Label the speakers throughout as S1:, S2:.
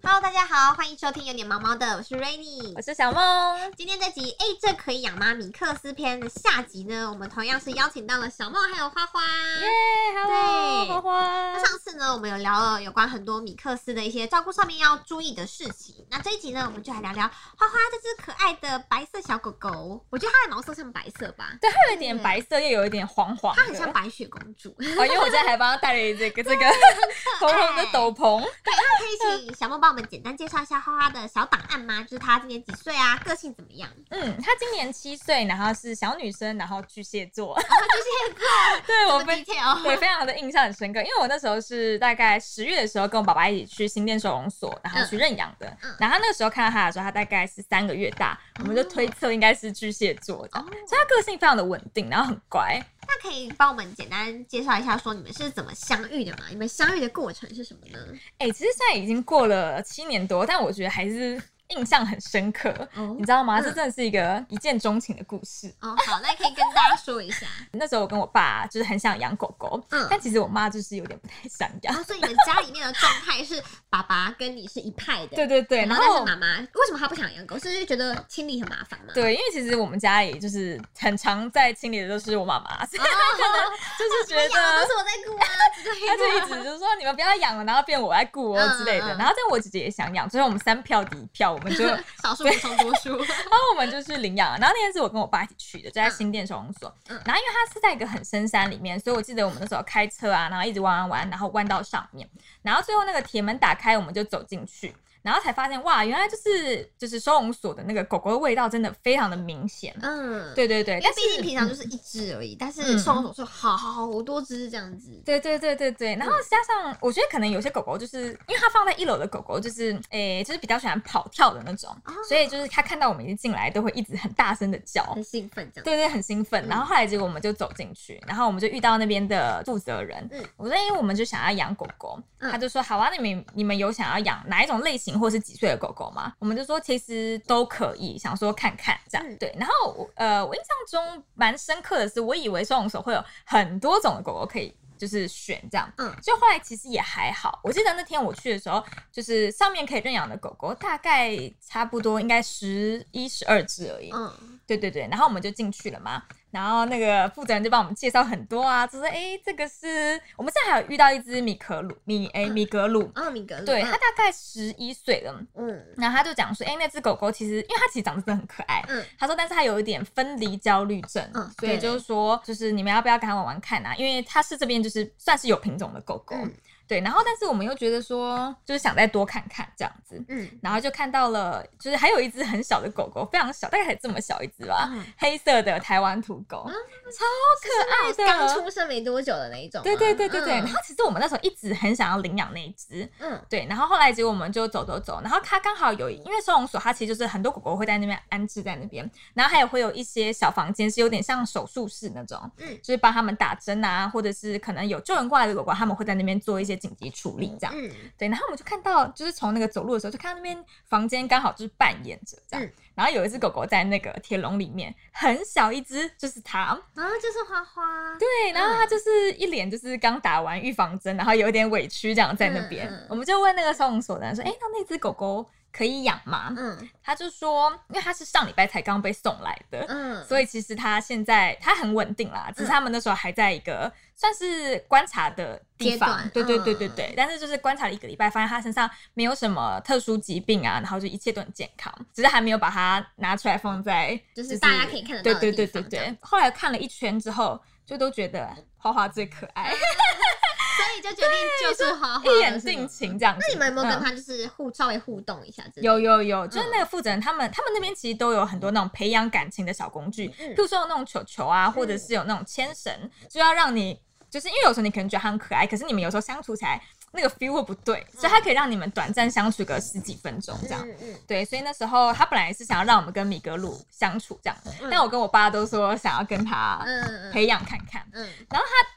S1: Hello，大家好，欢迎收听有点毛毛的，我是 Rainy，
S2: 我是小梦。
S1: 今天这集《哎，这可以养吗？米克斯篇》的下集呢，我们同样是邀请到了小梦还有花花。
S2: 耶，Hello，
S1: 对
S2: 花花
S1: 那。上次呢，我们有聊了有关很多米克斯的一些照顾上面要注意的事情。那这一集呢，我们就来聊聊花花这只可爱的白色小狗狗。我觉得它的毛色像白色吧，
S2: 对，它有一点白色，又有一点黄黄的。
S1: 它很像白雪公主。
S2: 哦，因为我现在还帮它戴了这个这个红红的斗篷。
S1: 可以请小梦帮我们简单介绍一下花花的小档案吗？就是她今年几岁啊？个性怎么样？
S2: 嗯，它今年七岁，然后是小女生，然后巨蟹座。
S1: 然后就是
S2: 对我
S1: 这么
S2: 非
S1: detail。
S2: 对非常的印象很深刻，因为我那时候是大概十月的时候跟我爸爸一起去新店收容所，然后去认养的。
S1: 嗯
S2: 然后他那个时候看到它的时候，它大概是三个月大，我们就推测应该是巨蟹座的，
S1: 哦
S2: 所以它个性非常的稳定，然后很乖。
S1: 那可以帮我们简单介绍一下，说你们是怎么相遇的吗？你们相遇的过程是什么呢？
S2: 哎、其实现在已经过了七年多，但我觉得还是印象很深刻，
S1: 哦
S2: 你知道吗？
S1: 嗯
S2: 这真的是一个一见钟情的故事。
S1: 哦，好，那可以跟大家说一下。
S2: 那时候我跟我爸就是很想养狗狗，
S1: 嗯哦
S2: 但其实我妈就是有点不太想
S1: 然。
S2: 养
S1: 后，所以你们家里面的状态是爸爸跟你是一派的，
S2: 对对对，
S1: 然
S2: 然
S1: 后但是
S2: 后
S1: 妈妈为什么她不想养狗？是不是觉得清理很麻烦吗？
S2: 对，因为其实我们家里就是很常在清理的都是我妈妈，所以
S1: 哦，
S2: 就是觉
S1: 你养的都
S2: 得
S1: 是哎我在顾啊，
S2: 她 就一直就是说你们不要养了，然后变我来顾哦之类
S1: 嗯嗯
S2: 的。
S1: 嗯
S2: 然后但我姐姐也想养，所以我们三票抵一票，我们 就
S1: 少数服从多数。
S2: 然后我们就去领养了，然后那天是我跟我爸一起去的，就在新店收容所。
S1: 嗯
S2: 然后因为它是在一个很深山里面，所以我记得我们那时候开车啊，然后一直弯弯弯，然后弯到上面，然后最后那个铁门打开，我们就走进去，然后才发现哇，原来就是就是收容所的那个狗狗的味道真的非常的明显。
S1: 嗯，
S2: 对对对，
S1: 因为
S2: 但
S1: 毕竟
S2: 是
S1: 平常
S2: 嗯
S1: 就是一嗯只而已，但是收容所是好好好多只这样子。
S2: 对对对对对，然
S1: 嗯
S2: 后加上我觉得可能有些狗狗就是因为它放在一楼的狗狗就是诶、就是比较喜欢跑跳的那种，
S1: 哦
S2: 所以就是它看到我们一进来都会一直很大声的叫，
S1: 很兴奋这样子，
S2: 对对，很兴奋。
S1: 嗯
S2: 然后后来结果我们就走进去，然后我们就遇到那边的负责人。
S1: 嗯
S2: 我说，因为我们就想要养狗狗，
S1: 嗯
S2: 他就说，好啊，你们你们有想要养哪一种类型或是几岁的狗狗吗？我们就说其实都可以，想说看看这样。
S1: 嗯
S2: 对，然后我呃，我印象中蛮深刻的是，我以为收容所会有很多种的狗狗可以。就是选这样，
S1: 嗯
S2: 就后来其实也还好。我记得那天我去的时候，就是上面可以认养的狗狗大概差不多应该十一十二只而已，
S1: 嗯，
S2: 对对对，然后我们就进去了嘛，然后那个负责人就帮我们介绍很多啊，就是诶，这个是我们现在还有遇到一只米格鲁，米诶，
S1: 嗯
S2: 米格鲁，
S1: 嗯，米格鲁，
S2: 对，
S1: 嗯
S2: 它大概十一岁了，
S1: 嗯
S2: 然后他就讲说，诶，那只狗狗其实，因为它其实长得真的很可爱。
S1: 嗯
S2: 他说，但是它有一点分离焦虑症，
S1: 嗯
S2: 所以
S1: 对
S2: 就是说，就是你们要不要跟它玩玩看啊？因为它是这边就是算是有品种的狗狗，
S1: 嗯
S2: 对。然后，但是我们又觉得说，就是想再多看看这样子，
S1: 嗯
S2: 然后就看到了，就是还有一只很小的狗狗，非常小，大概才这么小一只吧，
S1: 嗯
S2: 黑色的台湾土狗，
S1: 嗯
S2: 超可爱
S1: 刚
S2: 的。
S1: 出生没多久的那一种吗，
S2: 对对对对对，然
S1: 嗯
S2: 后其实我们那时候一直很想要领养那一只，
S1: 嗯
S2: 对，然后后来结果我们就走走走，然后它刚好有，因为收容所它其实就是很多狗狗会在那边安置在那边，然后还有会有一些小房间是有点像手术室那种，
S1: 嗯
S2: 就是帮他们打针啊，或者是可能有救援过来的狗狗，他们会在那边做一些紧急处理这样。
S1: 嗯
S2: 对，然后我们就看到，就是从那个走路的时候，就看到那边房间刚好就是扮演着这样，
S1: 嗯
S2: 然后有一只狗狗在那个铁笼里面，很小一只，就是它，
S1: 然后就是花花，
S2: 对，然
S1: 嗯
S2: 后它就是一脸就是刚打完预防针，然后有点委屈这样在那边，
S1: 嗯嗯
S2: 我们就问那个收容所的人说，哎，那那只狗狗可以养吗？
S1: 嗯
S2: 他就说，因为它是上礼拜才刚被送来的，
S1: 嗯，
S2: 所以其实它现在它很稳定啦，只是他们那时候还在一个算是观察的地
S1: 阶
S2: 方
S1: 段，
S2: 对对对
S1: 嗯
S2: 对对。但是就是观察了一个礼拜，发现它身上没有什么特殊疾病啊，然后就一切都很健康，只是还没有把它拿出来放在
S1: 就是大家可以看得到
S2: 对
S1: 的
S2: 对对
S1: 地方
S2: 对
S1: 这样
S2: 对。后来看了一圈之后，就都觉得花花最可 爱，
S1: 所以就决定就是花花
S2: 一眼
S1: 了是吗
S2: 定情这样子。
S1: 那你们有没有跟
S2: 嗯
S1: 他就是互稍微互动一下之类的？
S2: 有有有，就是
S1: 嗯
S2: 那个负责人，他们他们那边其实都有很多那种培养感情的小工具，
S1: 嗯
S2: 譬如说有那种球球啊，或者是有那种牵绳，就要让你，就是因为有时候你可能觉得它很可爱，可是你们有时候相处起来那个 feel 会不对，所以它可以让你们短暂相处个十几分钟这样。
S1: 嗯嗯
S2: 对，所以那时候他本来是想要让我们跟米格鲁相处这样，
S1: 嗯
S2: 但我跟我爸都说想要跟他
S1: 嗯嗯
S2: 培养看看。
S1: 嗯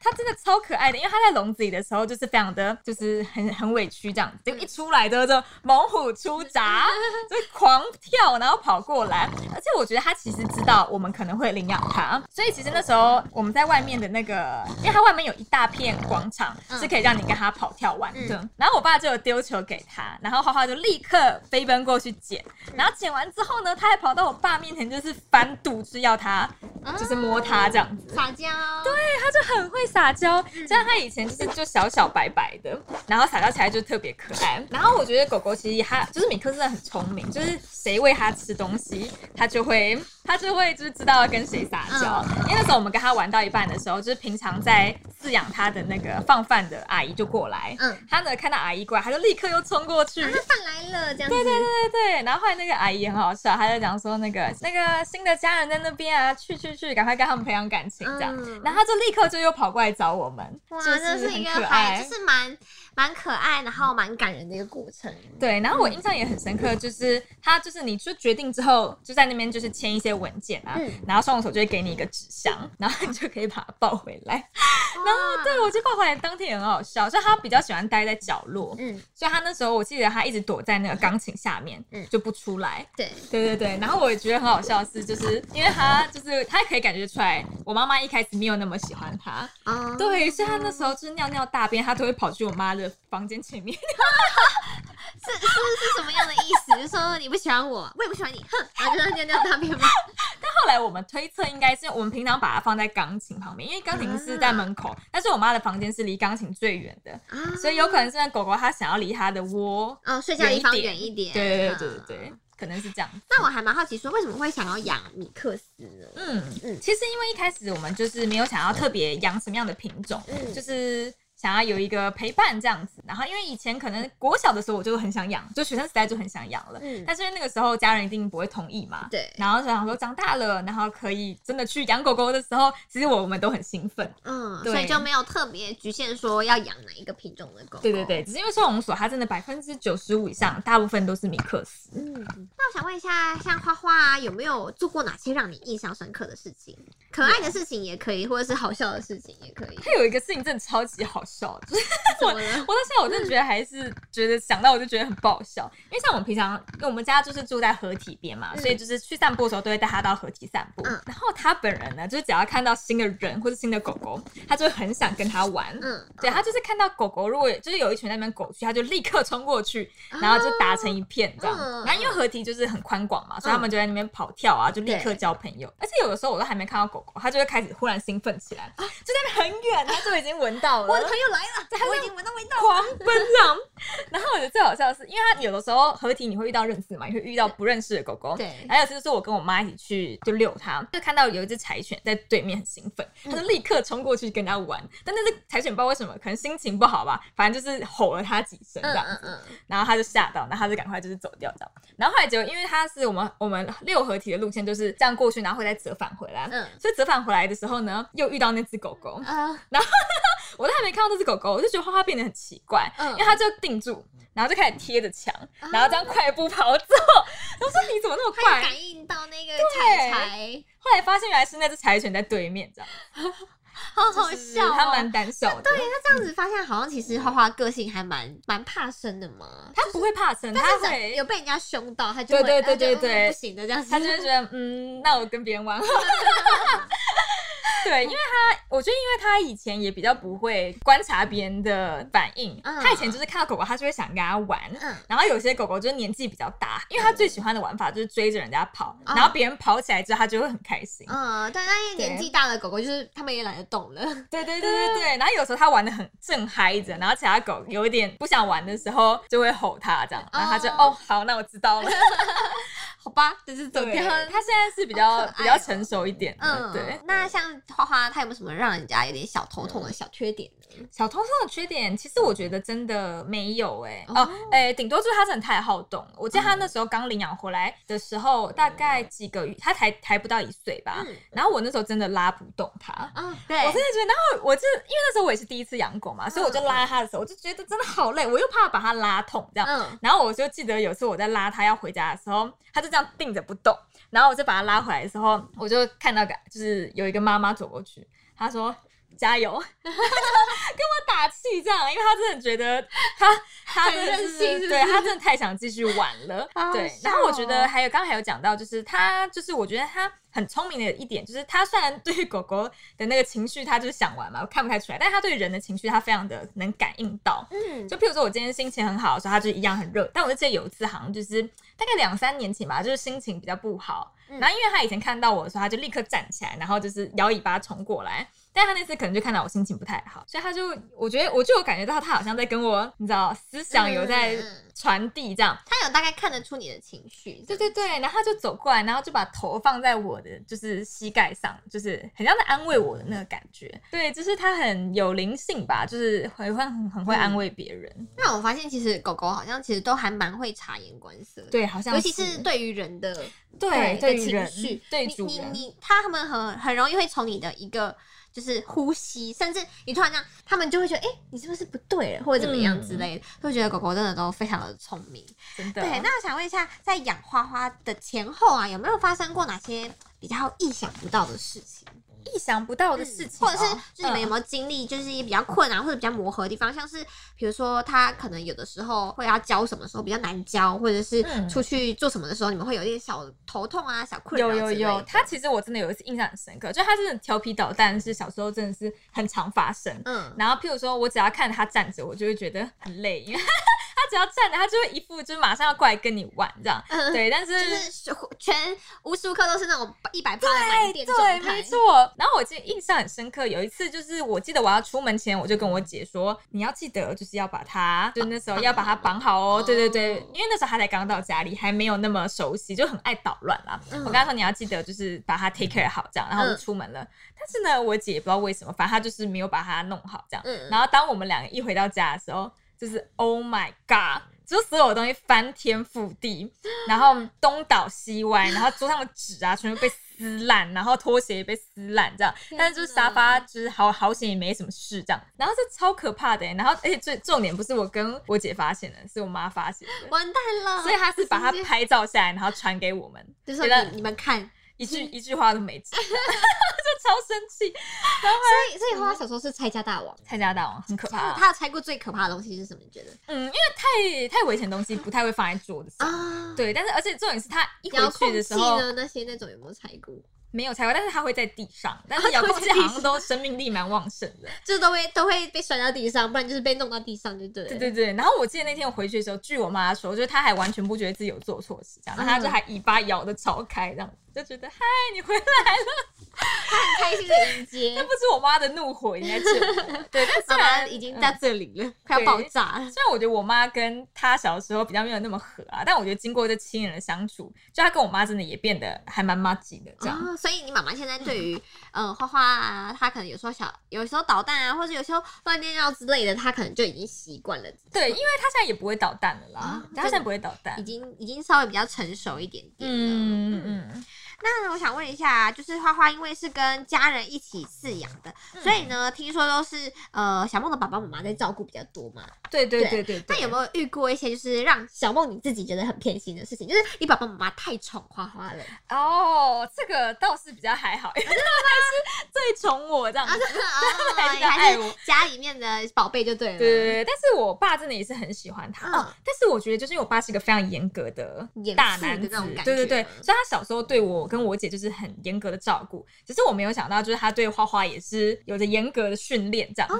S2: 他真的超可爱的，因为他在笼子里的时候就是非常的，就是很很委屈这样子，结果一出来之后就猛虎出 闸，就狂跳，然后跑过来，而且我觉得他其实知道我们可能会领养他，所以其实那时候我们在外面的那个，因为它外面有一大片广场
S1: 嗯
S2: 是可以让你跟他跑跳玩
S1: 嗯
S2: 的。然后我爸就有丢球给他，然后花花就立刻飞奔过去捡，
S1: 嗯
S2: 然后捡完之后呢，他还跑到我爸面前，就是反赌，就是要他
S1: 啊
S2: 就是摸他这样子。
S1: 撒娇，对，
S2: 他就很会撒娇，像他以前就是就小小白白的，然后撒娇起来就特别可爱。然后我觉得狗狗其实它就是米克真的很聪明，就是谁喂它吃东西，它就会它就会就是知道要跟谁撒娇。因为那时候我们跟它玩到一半的时候，就是平常在饲养它的那个放饭的阿姨就过来，
S1: 嗯，
S2: 它呢看到阿姨过来，它就立刻又冲过去。
S1: 啊，饭来了，这样子，
S2: 嗯对对对对对，然后后来那个阿姨也很好笑，她就讲说那个那个新的家人在那边啊，去去去，赶快跟他们培养感情这样。
S1: 嗯
S2: 然后他就立刻就又跑过来找我们，
S1: 哇，
S2: 就
S1: 这是
S2: 很
S1: 一个
S2: 可
S1: 还
S2: 爱。
S1: 就是蛮蛮可爱，然后蛮感人的一个过程。
S2: 对，然后
S1: 嗯
S2: 我印象也很深刻，就是他就是你就决定之后，就在那边就是签一些文件啊，
S1: 嗯
S2: 然后双手就会给你一个纸 箱，然后你就可以把它抱回来。
S1: 然后
S2: 对，我觉得抱回来当天也很好笑，所以他比较喜欢待在角落，
S1: 嗯，
S2: 所以他那时候我记得他一直躲在那个钢琴下面，
S1: 嗯
S2: 就不出来。
S1: 对，
S2: 对对对，然后我也觉得很好笑的是，就是因为他就是他可以感觉出来，我妈妈一开始没有那么喜欢他，
S1: 哦，
S2: 对，所以他那时候就是尿尿大便，他都会跑去我妈的房间前面，
S1: 是是是什么样的意思？ 就说你不喜欢我，我也不喜欢你，哼，然后就尿尿大便吗？
S2: 后来我们推测应该是我们平常把它放在钢琴旁边，因为钢琴是在门口，但是我妈的房间是离钢琴最远的，
S1: 啊，
S2: 所以有可能是那狗狗它想要离它的窝。
S1: 哦，睡觉的地方
S2: 远
S1: 远一点。
S2: 对对对对
S1: 嗯
S2: 对对，可能是这样。
S1: 那我还蛮好奇，说为什么会想要养米克斯呢？
S2: 嗯
S1: 嗯
S2: 嗯，其实因为一开始我们就是没有想要特别养什么样的品种，
S1: 嗯
S2: 就是。想要有一个陪伴这样子，然后因为以前可能国小的时候我就很想养，就学生时代就很想养了，
S1: 嗯
S2: 但是因为那个时候家人一定不会同意嘛，
S1: 对，
S2: 然后就想说长大了，然后可以真的去养狗狗的时候，其实我们都很兴奋。
S1: 嗯，
S2: 对
S1: 所以就没有特别局限说要养哪一个品种的狗。
S2: 对对，对，只是因为收容所它真的百分之九十五以上，大部分都是米克斯。
S1: 嗯，那我想问一下，像花花啊、有没有做过哪些让你印象深刻的事情？可爱的事情也可以，或者是好笑的事情也可 以。
S2: 它有一个事情真的超级好笑，就是
S1: 怎么了？
S2: 我到现在我真的觉得还是觉得想到我就觉得很爆笑，因为像我们平常，因为我们家就是住在河堤边嘛，
S1: 嗯
S2: 所以就是去散步的时候都会带它到河堤散步。
S1: 嗯
S2: 然后它本人呢，就是只要看到新的人或是新的狗狗，它就会很想跟它玩。
S1: 嗯，
S2: 对，它就是看到狗狗，如果有就是有一群在那边狗去，它就立刻冲过去，然后就打成一片这样。
S1: 嗯
S2: 然后因为河堤就是很宽广嘛，所以他们就在那边跑跳啊，就立刻
S1: 对
S2: 交朋友。而且有的时候我都还没看到狗狗，它就会开始忽然兴奋起来，就在那边很远，它就已经闻到了。
S1: 啊我的朋友来了，我已经闻到味道了。
S2: 狂奔这样。 然后我觉得最好笑的是，因为他有的时候合体你会遇到认识嘛，你会遇到不认识的狗狗。
S1: 对
S2: 还有就是我跟我妈一起去就遛它，就看到有一只柴犬在对面很兴奋，他
S1: 嗯
S2: 就立刻冲过去跟它玩。但那只柴犬不知道为什么，可能心情不好吧，反正就是吼了它几声这
S1: 嗯
S2: 样
S1: 嗯
S2: 子。
S1: 嗯，
S2: 然后他就吓到，然后他就赶快就是走掉这样。然后后来结果，因为他是我们我们六合体的路线就是这样过去，然后会再折返回来。
S1: 嗯
S2: 所以折返回来的时候呢，又遇到那只狗狗，
S1: 啊，
S2: 我都还没看到这只狗狗，我就觉得花花变得很奇怪，
S1: 嗯
S2: 因为它就定住，然后就开始贴着墙，然后这样快步跑走。 我说你怎么那么
S1: 哦他有
S2: 快？
S1: 感应到那个柴柴，
S2: 后来发现原来是那只柴犬在对面，这样
S1: 好好笑哦。
S2: 他蛮胆小的，
S1: 对，那这样子发现，好像其实花花个性还蛮蛮怕生的嘛。
S2: 它不会怕生，它
S1: 但是只
S2: 会
S1: 有。被人家凶到，他就会
S2: 对对
S1: 他就
S2: 对对
S1: 嗯
S2: 对
S1: 不行的这样子。
S2: 它就会觉得，嗯，那我跟别人玩。 对，因为它，我觉得，因为它以前也比较不会观察别人的反应。
S1: 嗯
S2: 它、以前就是看到狗狗，它就会想跟它玩。
S1: 嗯
S2: 然后有些狗狗就是年纪比较大，因为它最喜欢的玩法就是追着人家跑，
S1: 哦
S2: 然后别人跑起来之后，它就会很开心。
S1: 嗯，但那些年纪大的狗狗，就是他们也懒得动了。
S2: 对对对
S1: 啊
S2: 对对。然后有时候它玩的很正嗨着，然后其他狗有一点不想玩的时候，就会吼它这样，然后它就
S1: 哦
S2: 哦好，那我知 道了。
S1: 好吧，就是走
S2: 对，
S1: 掉。
S2: 它现在是比较、
S1: 好可爱哦
S2: 比较成熟一点的，
S1: 嗯，
S2: 对。。
S1: 那像花花，它有没有什么让人家有点小头痛的小缺点呢？
S2: 小偷偷的缺点，其实我觉得真的没有哎、
S1: 哦嗯
S2: 哦哎，欸顶、多就是他真的太好动了。我记得他那时候刚领养回来的时候，大概几个月，他才还不到一岁吧。
S1: 嗯
S2: 然后我那时候真的拉不动他。
S1: 啊，
S2: 嗯我真
S1: 对，
S2: 的觉得，然后我就因为那时候我也是第一次养狗嘛，所以我就拉他的时候，我就觉得真的好累，我又怕把他拉痛这样。
S1: 嗯，
S2: 然后我就记得有次我在拉他要回家的时候，他就这样定着不动，然后我就把他拉回来的时候，我就看到个就是有一个妈妈走过去，她说。加油， 跟我打气这样，因为她真的觉得她她真的、
S1: 很
S2: 就
S1: 任性是不是
S2: 对她真的太想继续玩了
S1: 好好。
S2: 对，
S1: 笑
S2: 然后我觉
S1: 哦
S2: 得还有刚刚还有讲到，就是她就是我觉得她很聪明的一点，就是他虽然对于狗狗的那个情绪，他就是想玩嘛，我看不太出来，但是他对人的情绪，他非常的能感应到。
S1: 嗯，
S2: 就譬如说，我今天心情很好的时候，他就一样很热。但我就记得有一次，好像就是大概两三年前吧，就是心情比较不好。
S1: 嗯
S2: 然后因为他以前看到我的时候，他就立刻站起来，然后就是摇尾巴冲过来。但他那次可能就看到我心情不太好，所以他就我觉得我就有感觉到他好像在跟我，你知道思想有在
S1: 嗯嗯
S2: 传递这样。
S1: 他有大概看得出你的情绪，
S2: 对对对，然后他就走过来，然后就把头放在我的就是膝盖上，就是很像在安慰我的那个感觉。对，就是他很有灵性吧，就是很会很
S1: 嗯
S2: 很会安慰别人。
S1: 那我发现，其实狗狗好像其实都还蛮会察言观色，，
S2: 对，好像
S1: 尤其是对于人的
S2: 对
S1: 对
S2: 于
S1: 情
S2: 人
S1: 绪
S2: 对
S1: 你
S2: 主
S1: 你
S2: 人，
S1: 你，它们很很容易会从你的一个就是呼吸，甚至你突然这样，它们就会觉得，哎、你是不是不对了，或者怎么样
S2: 嗯
S1: 之类的，会觉得狗狗真的都非常的聪明。
S2: 真的
S1: 对，那我想问一下，在养花花的前后啊，有没有发生过哪些比较意想不到的事情？
S2: 意想不到的事情
S1: 嗯
S2: 哦，
S1: 或者是就是你们有
S2: 嗯
S1: 没有经历，就是比较困难或者比较磨合的地方，像是比如说他可能有的时候会要教什么时候比较难教，或者是
S2: 嗯
S1: 出去做什么的时候，你们会有一点小头痛啊、小困扰
S2: 有有
S1: 之类
S2: 有，
S1: 的
S2: 他其实我真的有一次印象很深刻，就他真的调皮捣蛋，是小时候真的是很常发生。
S1: 嗯，
S2: 然后譬如说我只要看着他站着，我就会觉得很累，因为 他只要站着，他就会一副就是马上要过来跟你玩这样。
S1: 嗯
S2: 对，但是
S1: 就是全无时无刻都是那种一百趴的
S2: 哎
S1: 满点状
S2: 对，
S1: 态
S2: 没错。然后我记得印象很深刻，有一次就是我记得我要出门前，我就跟我姐说，你要记得就是要把它，就那时候要把它绑好哦。对对对，因为那时候她才刚到家里，还没有那么熟悉，就很爱捣乱啦。
S1: 嗯
S2: 我跟她说你要记得就是把它 take care 好这样，然后我就出门了。但是呢，我姐也不知道为什么，反正她就是没有把它弄好这样。
S1: 嗯
S2: 然后当我们两个一回到家的时候，就是 Oh my God！就所有东西翻天覆地，然后东倒西歪，然后桌上的纸啊全部被撕烂，然后拖鞋也被撕烂，这样。
S1: 天哪
S2: 但是就是沙发就是好好险也没什么事这样。然后这超可怕的、欸，然后而且最重点不是我跟我姐发现的，是我妈发现的，
S1: 完蛋了！
S2: 所以她是把它
S1: 啊直接
S2: 拍照下来，然后传给我们，
S1: 就
S2: 觉
S1: 是
S2: 得
S1: 你你们看，
S2: 一句一句话都没讲，就 超生气。
S1: 所以所以
S2: 嗯
S1: 花花小时候是拆家大王，
S2: 蔡家大王很可怕，啊
S1: 他有拆过最可怕的东西是什么？你觉得
S2: 嗯，因为太太危险的东西不太会放在桌子上。
S1: 啊？
S2: 对，但是而且重点是他一回
S1: 遥控
S2: 去的
S1: 器
S2: 时候
S1: 呢？那些那种有没有拆过？
S2: 没有拆过，但是他会在地上，但是
S1: 它
S2: 遥
S1: 会
S2: 控
S1: 在
S2: 器
S1: 地
S2: 好像都生命力蛮旺盛的。
S1: 就都会都会被摔到地上，不然就是被弄到地上就对了。
S2: 对对对，然后我记得那天我回去的时候，据我妈说，就是她还完全不觉得自己有做错事，这样，然后她就
S1: 嗯
S2: 还尾巴摇的超开，这样就觉得嗨，你回来了，
S1: 很开心的迎接
S2: 那。不是我妈的怒火，应该是 我对，但虽
S1: 妈妈
S2: 然
S1: 已经
S2: 嗯
S1: 到这里了，快要爆炸了。
S2: 虽然我觉得我妈跟她小时候比较没有那么合啊，但我觉得经过这七年的相处，就她跟我妈真的也变得还蛮妈吉的这样。
S1: 哦，所以你妈妈现在对于呃花花啊，她可能有时候小，有时候捣蛋啊，或者有时候乱尿尿之类的，她可能就已经习惯了，
S2: 对，因为她现在也不会捣蛋了啦，
S1: 啊
S2: 她现在不会捣蛋
S1: 已。经已经稍微比较成熟一点点了。
S2: 嗯嗯嗯，
S1: 那我想问一下，就是花花因为是跟家人一起饲养的，
S2: 嗯
S1: 所以呢，听说都是呃小梦的爸爸妈妈在照顾比较多嘛。
S2: 对对
S1: 对
S2: 对对对。
S1: 那有没有遇过一些就是让小梦你自己觉得很偏心的事情？就是你爸爸妈妈太宠花花 了，
S2: 哦，这个倒是比较还好，因为他还 是最宠我这样
S1: 啊，
S2: 子。
S1: 真的哦，
S2: 还
S1: 你
S2: 是爱
S1: 还
S2: 我
S1: 是家里面的宝贝就对了。
S2: 对对对，但是我爸真的也是很喜欢他，
S1: 嗯
S2: 哦但是我觉得就是因为我爸是一个非常严格的
S1: 严
S2: 大
S1: 肃的
S2: 男子
S1: 那种，感
S2: 对对
S1: 觉
S2: 对，所以他小时候对我跟我姐就是很严格的照顾，只是我没有想到就是他对花花也是有着严格的训练这样子。
S1: 哦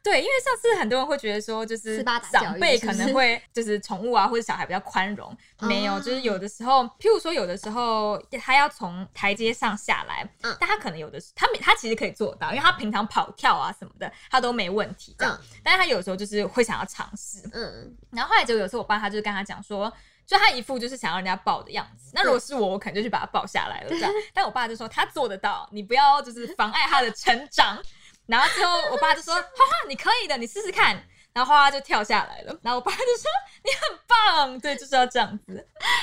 S2: 对，因为上次很多人会觉得说，就是
S1: 斯巴达教育
S2: 长辈
S1: 是
S2: 可
S1: 不是
S2: 能会就是宠物啊或者小孩比较宽容，没有，
S1: 哦
S2: 就是有的时候，譬如说有的时候他要从台阶上下来，
S1: 嗯
S2: 但他可能有的时他没他其实可以做到，因为他平常跑跳啊什么的他都没问题这样，
S1: 嗯
S2: 但是他有时候就是会想要尝试，
S1: 嗯，
S2: 然后后来结果有一次我爸他就跟他讲说。就他一副就是想要人家抱的样子，那如果是我，我可能就去把他抱下来 了这样。但我爸就说他做得到，你不要就是妨碍他的成长。然后之后我爸就说花花你可以的，你试试看。然后花花就跳下来了，然后我爸就说你很棒，对，就是要这样子。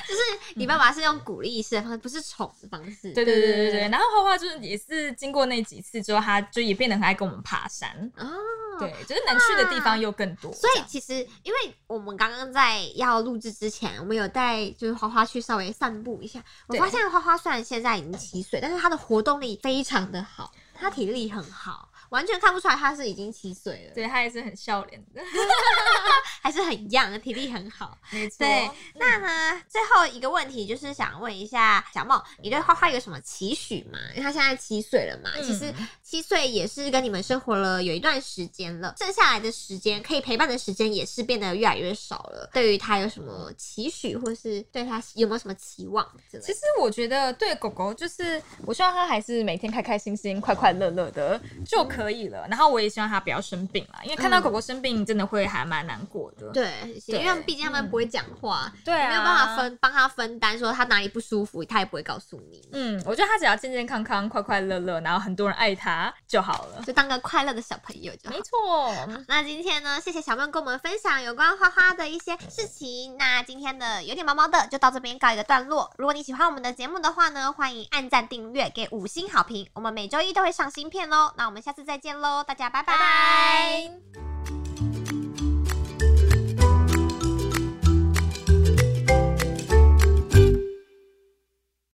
S1: 就是你爸爸是用鼓励式的方式，不是宠的方式。
S2: 对对对对
S1: 嗯
S2: 对。。然后花花就是也是经过那几次之后，他就也变得很爱跟我们爬山，
S1: 哦，啊
S2: 对，就是能去的地方又更多。
S1: 所
S2: 这
S1: 以
S2: 样
S1: 其实因为我们刚刚在要录制之前，我们有带就是花花去稍微散步一下，我
S2: 对
S1: 发现花花虽然现在已经七岁，但是她的活动力非常的好，她体力很好。完全看不出来他是已经七岁了，
S2: 对他也是很 笑脸的，
S1: 还是很 young，体力很好。
S2: 没错
S1: 对，
S2: 嗯
S1: 那呢，最后一个问题就是想问一下小梦，你对花花有什么期许吗？因为她现在七岁了嘛，
S2: 嗯
S1: 其实七岁也是跟你们生活了有一段时间了，剩下来的时间可以陪伴的时间也是变得越来越少了。对于她有什么期许，或是对她有没有什么期望之类的？
S2: 其实我觉得对狗狗，就是我希望它还是每天开开心心、快快乐乐的就可以了。然后我也希望它不要生病啦，因为看到
S1: 嗯
S2: 狗狗生病，真的会还蛮难过的。
S1: 对，
S2: 对
S1: 因为毕竟他们不会讲话，
S2: 对啊，
S1: 没有办法。分帮他分担，说他哪里不舒服，他也不会告诉你，
S2: 嗯，我觉得它只要健健康康、快快乐乐，然后很多人爱它就好了。
S1: 就当个快乐的小朋友就好
S2: 没。错，
S1: 那今天呢，谢谢小梦跟我们分享有关花花的一些事情。那今天的有点毛毛的就到这边告一个段落。如果你喜欢我们的节目的话呢，欢迎按赞、订阅、给哦五星好评。我们每周一都会上新片喽。那我们下次再见喽，大家拜拜
S2: 拜拜。